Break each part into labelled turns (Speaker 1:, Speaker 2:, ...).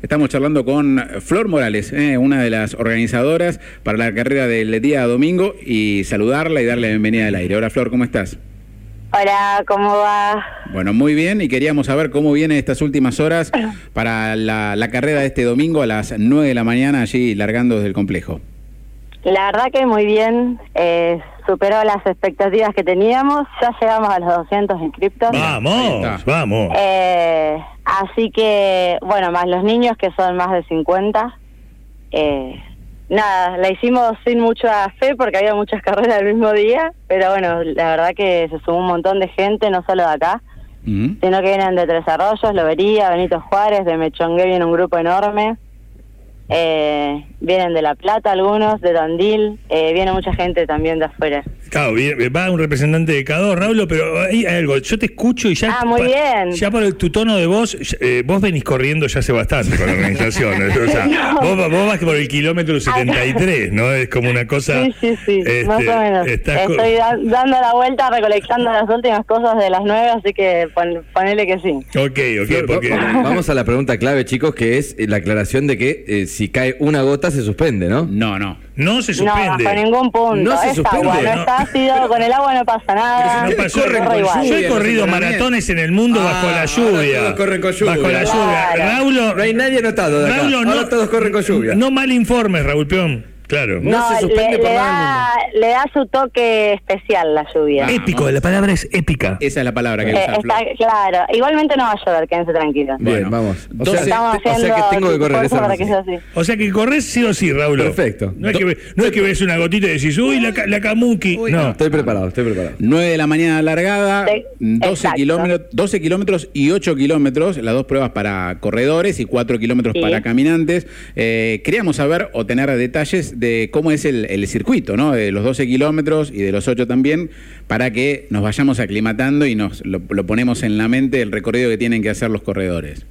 Speaker 1: Estamos charlando con Flor Morales, eh, una de las organizadoras para la carrera del día domingo, y saludarla y darle la bienvenida al aire. Hola Flor, ¿cómo estás?
Speaker 2: Hola, ¿cómo va?
Speaker 1: Bueno, muy bien, y queríamos saber cómo vienen estas últimas horas para la, la carrera de este domingo a las 9 de la mañana, allí largando desde el complejo.
Speaker 2: La verdad que muy bien, eh, superó las expectativas que teníamos, ya llegamos a los 200 inscriptos.
Speaker 3: Vamos, vamos.
Speaker 2: Eh, así que, bueno, más los niños que son más de 50. Eh, nada, la hicimos sin mucha fe porque había muchas carreras el mismo día, pero bueno, la verdad que se sumó un montón de gente, no solo de acá,
Speaker 1: Mm.
Speaker 2: sino que vienen de Tres Arroyos, Lobería, Benito Juárez, de Mechongué viene un grupo enorme. Eh, vienen de La Plata algunos, de Tandil, eh, viene mucha gente también de afuera.
Speaker 3: Claro, bien, va un representante de cada dos, Raúl, pero hay algo. Yo te escucho y ya.
Speaker 2: Ah, muy
Speaker 3: pa-
Speaker 2: bien.
Speaker 3: Ya por el, tu tono de voz, ya- eh, vos venís corriendo ya hace bastante con la organización. ¿eh? o sea, vos, va- vos vas por el kilómetro 73, ¿no? Es como una cosa.
Speaker 2: Sí, sí, sí,
Speaker 3: este,
Speaker 2: más o menos.
Speaker 3: estás co-
Speaker 2: Estoy da- dando la vuelta, recolectando las últimas cosas de las nueve, así que pon- ponele que sí.
Speaker 3: Ok, ok,
Speaker 4: Flor, va-
Speaker 3: porque.
Speaker 4: Vamos a la pregunta clave, chicos, que es eh, la aclaración de que eh, si cae una gota se suspende, ¿no?
Speaker 1: No, no.
Speaker 3: No se
Speaker 2: No,
Speaker 3: suspende.
Speaker 2: bajo ningún punto.
Speaker 4: No se
Speaker 2: es
Speaker 4: suspende,
Speaker 2: agua, no,
Speaker 3: no.
Speaker 2: está ácido, con el agua no pasa nada.
Speaker 3: No pasó.
Speaker 2: corre
Speaker 4: con
Speaker 2: igual.
Speaker 3: Yo he
Speaker 4: lluvia,
Speaker 3: corrido
Speaker 4: los entrenamientos.
Speaker 3: maratones en el mundo
Speaker 4: Ah,
Speaker 3: bajo la
Speaker 4: ahora
Speaker 3: lluvia.
Speaker 4: todos corren con lluvia.
Speaker 3: Bajo la lluvia.
Speaker 2: Claro.
Speaker 3: Raúl,
Speaker 4: No hay nadie anotado de acá.
Speaker 3: Raúl,
Speaker 4: Ahora todos corren con lluvia.
Speaker 3: No mal informes, Raúl Peón. Claro.
Speaker 4: No se suspende por
Speaker 2: le
Speaker 4: nada
Speaker 2: da, le da su toque especial la lluvia.
Speaker 1: Ah,
Speaker 3: Épico, la palabra es épica.
Speaker 1: Esa es la palabra que
Speaker 2: Eh,
Speaker 1: usa
Speaker 2: está
Speaker 1: Flor.
Speaker 2: claro. Igualmente no va a llover, quédense tranquilos.
Speaker 4: Bien,
Speaker 1: Bueno,
Speaker 4: vamos. O
Speaker 1: entonces-
Speaker 4: sea,
Speaker 2: Estamos
Speaker 4: te- o
Speaker 2: haciendo
Speaker 4: sea que tengo que correr
Speaker 2: esfuerzo
Speaker 4: esa
Speaker 2: para que sea
Speaker 4: noche.
Speaker 2: así.
Speaker 3: O sea que corres sí o sí, Raúl.
Speaker 4: Perfecto.
Speaker 3: No es que, ve- no es que ves una gotita y decís, uy, la, ca- la camuqui. No.
Speaker 4: Estoy preparado, estoy preparado.
Speaker 1: 9 de la mañana largada,
Speaker 2: Sí,
Speaker 1: 12
Speaker 2: exacto.
Speaker 1: kilómetros, 12 kilómetros y 8 kilómetros, las dos pruebas para corredores y 4 kilómetros
Speaker 2: Sí.
Speaker 1: para caminantes. Eh, queríamos saber o tener detalles de cómo es el, el circuito, ¿no? De los 12 kilómetros y de los 8 también, para que nos vayamos aclimatando y nos lo, lo ponemos en la mente el recorrido que tienen que hacer los corredores.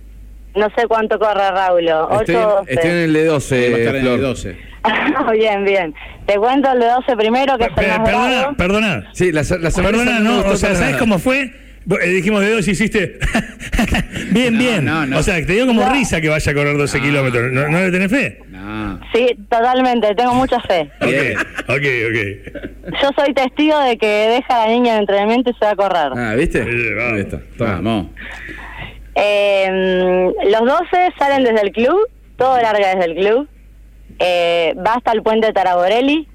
Speaker 2: No sé cuánto corre Raúl.
Speaker 4: Estoy, en-
Speaker 2: 8
Speaker 4: estoy en el
Speaker 1: Va a
Speaker 4: D12,
Speaker 1: estar en el
Speaker 4: Flor.
Speaker 1: 12.
Speaker 2: bien, bien. Te cuento el de 12 primero, que
Speaker 3: Pe-
Speaker 2: es el más
Speaker 3: Perdona,
Speaker 2: bravo.
Speaker 3: perdona.
Speaker 4: Sí, la, la semana
Speaker 3: Perdona,
Speaker 4: pasada me
Speaker 3: no.
Speaker 4: gustó
Speaker 3: O sea,
Speaker 4: para
Speaker 3: ¿sabes
Speaker 4: nada.
Speaker 3: cómo fue? Vos- eh, dijimos de dos y hiciste. bien,
Speaker 1: No,
Speaker 3: bien.
Speaker 1: no, no.
Speaker 3: O sea, que te dio como
Speaker 2: No.
Speaker 3: risa que vaya a correr 12
Speaker 4: Ah.
Speaker 1: No.
Speaker 3: kilómetros. ¿No, ¿No le tenés fe?
Speaker 1: No.
Speaker 2: Sí, totalmente, tengo mucha fe.
Speaker 1: Bien.
Speaker 3: Ok, ok, ok.
Speaker 2: Yo soy testigo de que deja a la niña en entrenamiento y se va a correr.
Speaker 4: Ah, ¿viste?
Speaker 3: Sí, vamos.
Speaker 4: Ahí está. Toma.
Speaker 1: Vamos.
Speaker 2: Eh, los 12 salen desde el club, todo larga desde el club. Eh, va hasta el puente Taraborelli.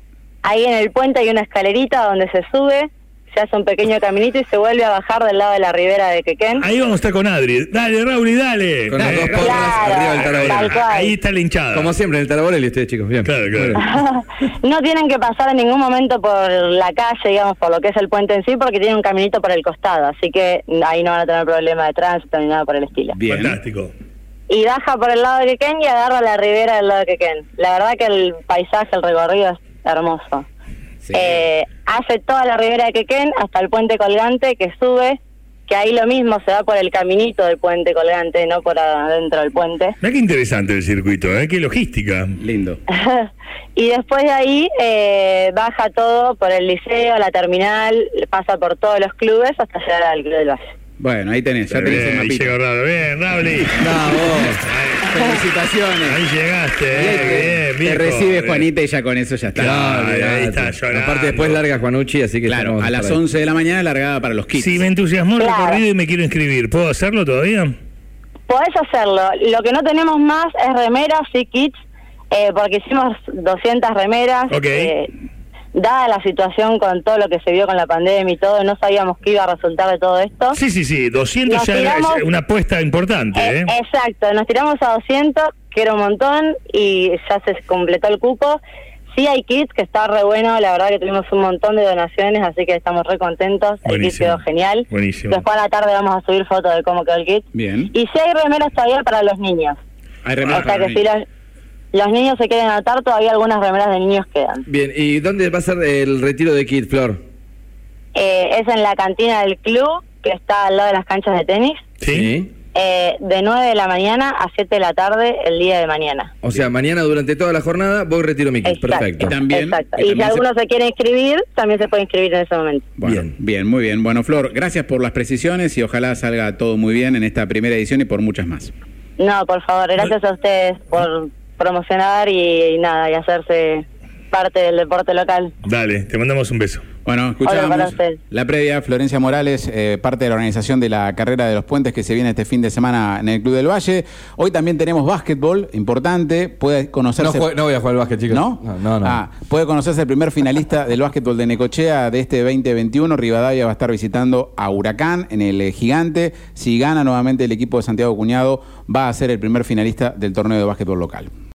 Speaker 2: Ahí en el puente hay una escalerita donde se sube, se hace un pequeño caminito y se vuelve a bajar del lado de la ribera de Quequén.
Speaker 3: Ahí vamos a estar con Adri. Dale, Raúl, y dale.
Speaker 4: Con las
Speaker 3: Eh,
Speaker 4: dos
Speaker 3: Raúl.
Speaker 4: porras arriba del Taraborelli.
Speaker 2: tal cual.
Speaker 3: Ahí está la hinchada.
Speaker 4: Como siempre, en el Taraborelli ustedes, chicos. Bien.
Speaker 3: Claro, claro.
Speaker 4: Muy bien.
Speaker 2: no tienen que pasar en ningún momento por la calle, digamos, por lo que es el puente en sí, porque tiene un caminito por el costado. Así que ahí no van a tener problema de tránsito ni nada por el estilo.
Speaker 1: Bien.
Speaker 3: Fantástico.
Speaker 2: Y baja por el lado de Quequén y agarra la ribera del lado de Quequén. La verdad que el paisaje, el recorrido es hermoso.
Speaker 1: Sí.
Speaker 3: Este,
Speaker 2: Eh, hace toda la ribera de Quequén hasta el puente colgante que sube, que ahí lo mismo se va por el caminito del puente colgante, no por adentro del puente.
Speaker 3: Mira qué interesante el circuito, ¿eh? qué logística.
Speaker 1: Lindo.
Speaker 2: y después de ahí eh, baja todo por el liceo, la terminal, pasa por todos los clubes hasta llegar al Club del Valle.
Speaker 1: Bueno, ahí tenés, ya tenés el
Speaker 3: Bien, ahí
Speaker 1: mapita.
Speaker 3: llegó Raúl. Bien, Raúl.
Speaker 1: Bravo. Felicitaciones.
Speaker 3: Ahí llegaste, eh, bien,
Speaker 1: Te
Speaker 3: viejo.
Speaker 1: recibe Juanita y ya con eso ya está.
Speaker 3: Claro,
Speaker 1: Claro,
Speaker 3: ahí está, llorando.
Speaker 4: Aparte, después larga Juanucci, así que.
Speaker 1: Claro, a las 11 de la mañana largada para los kids.
Speaker 3: Si me entusiasmó el
Speaker 2: Claro.
Speaker 3: recorrido y me quiero inscribir, ¿puedo hacerlo todavía?
Speaker 2: Podés hacerlo. Lo que no tenemos más es remeras y kits, eh, porque hicimos 200 remeras.
Speaker 3: Ok.
Speaker 2: eh, dada la situación con todo lo que se vio con la pandemia y todo, no sabíamos qué iba a resultar de todo esto.
Speaker 3: Sí, sí, sí, 200
Speaker 2: Nos
Speaker 3: ya era-
Speaker 2: tiramos-
Speaker 3: es una apuesta importante.
Speaker 2: Eh,
Speaker 3: ¿eh?
Speaker 2: exacto, nos tiramos a 200, que era un montón, y ya se completó el cupo. Sí hay kits, que está re bueno, la verdad que tuvimos un montón de donaciones, así que estamos re contentos, el kit
Speaker 3: Buenísimo.
Speaker 2: quedó genial.
Speaker 3: Buenísimo.
Speaker 2: Después a la tarde vamos a subir fotos de cómo quedó el kit.
Speaker 1: Bien.
Speaker 2: Y sí hay remeras todavía para los niños.
Speaker 1: Hay remeras
Speaker 2: o sea
Speaker 1: para
Speaker 2: que
Speaker 1: los
Speaker 2: si
Speaker 1: niños.
Speaker 2: los, los niños se quieren anotar, todavía algunas remeras de niños quedan.
Speaker 4: Bien, ¿y dónde va a ser el retiro de Kid, Flor?
Speaker 2: Eh, es en la cantina del club, que está al lado de las canchas de tenis,
Speaker 3: ¿Sí?
Speaker 2: eh, de 9 de la mañana a 7 de la tarde el día de mañana.
Speaker 4: O sea, mañana durante toda la jornada voy y retiro mi kit.
Speaker 2: Exacto.
Speaker 4: Perfecto.
Speaker 1: Y también-
Speaker 2: Exacto.
Speaker 1: que
Speaker 2: Y si
Speaker 1: también se-
Speaker 2: alguno se quiere inscribir, también se puede inscribir en ese momento.
Speaker 1: Bueno, bien.
Speaker 4: Bien.
Speaker 1: muy bien. Bueno, Flor, gracias por las precisiones y ojalá salga todo muy bien en esta primera edición y por muchas más.
Speaker 2: No, por favor, gracias a ustedes por promocionar y, y nada, y hacerse parte del deporte local.
Speaker 3: Dale, te mandamos un beso.
Speaker 1: Bueno,
Speaker 2: para
Speaker 1: escuchábamos
Speaker 2: usted.
Speaker 1: la previa, Florencia Morales, eh, parte de la organización de la carrera de los puentes que se viene este fin de semana en el Club del Valle. Hoy también tenemos básquetbol, importante, puede
Speaker 4: No,
Speaker 1: conocerse...
Speaker 4: jue- no voy a jugar al básquet, chicos.
Speaker 1: ¿No?
Speaker 4: No, no. no.
Speaker 1: Ah, puede conocerse el primer finalista del básquetbol de Necochea de este 2021. Rivadavia va a estar visitando a Huracán en el eh, Gigante. Si gana nuevamente el equipo de Santiago Cuñado, va a ser el primer finalista del torneo de básquetbol local.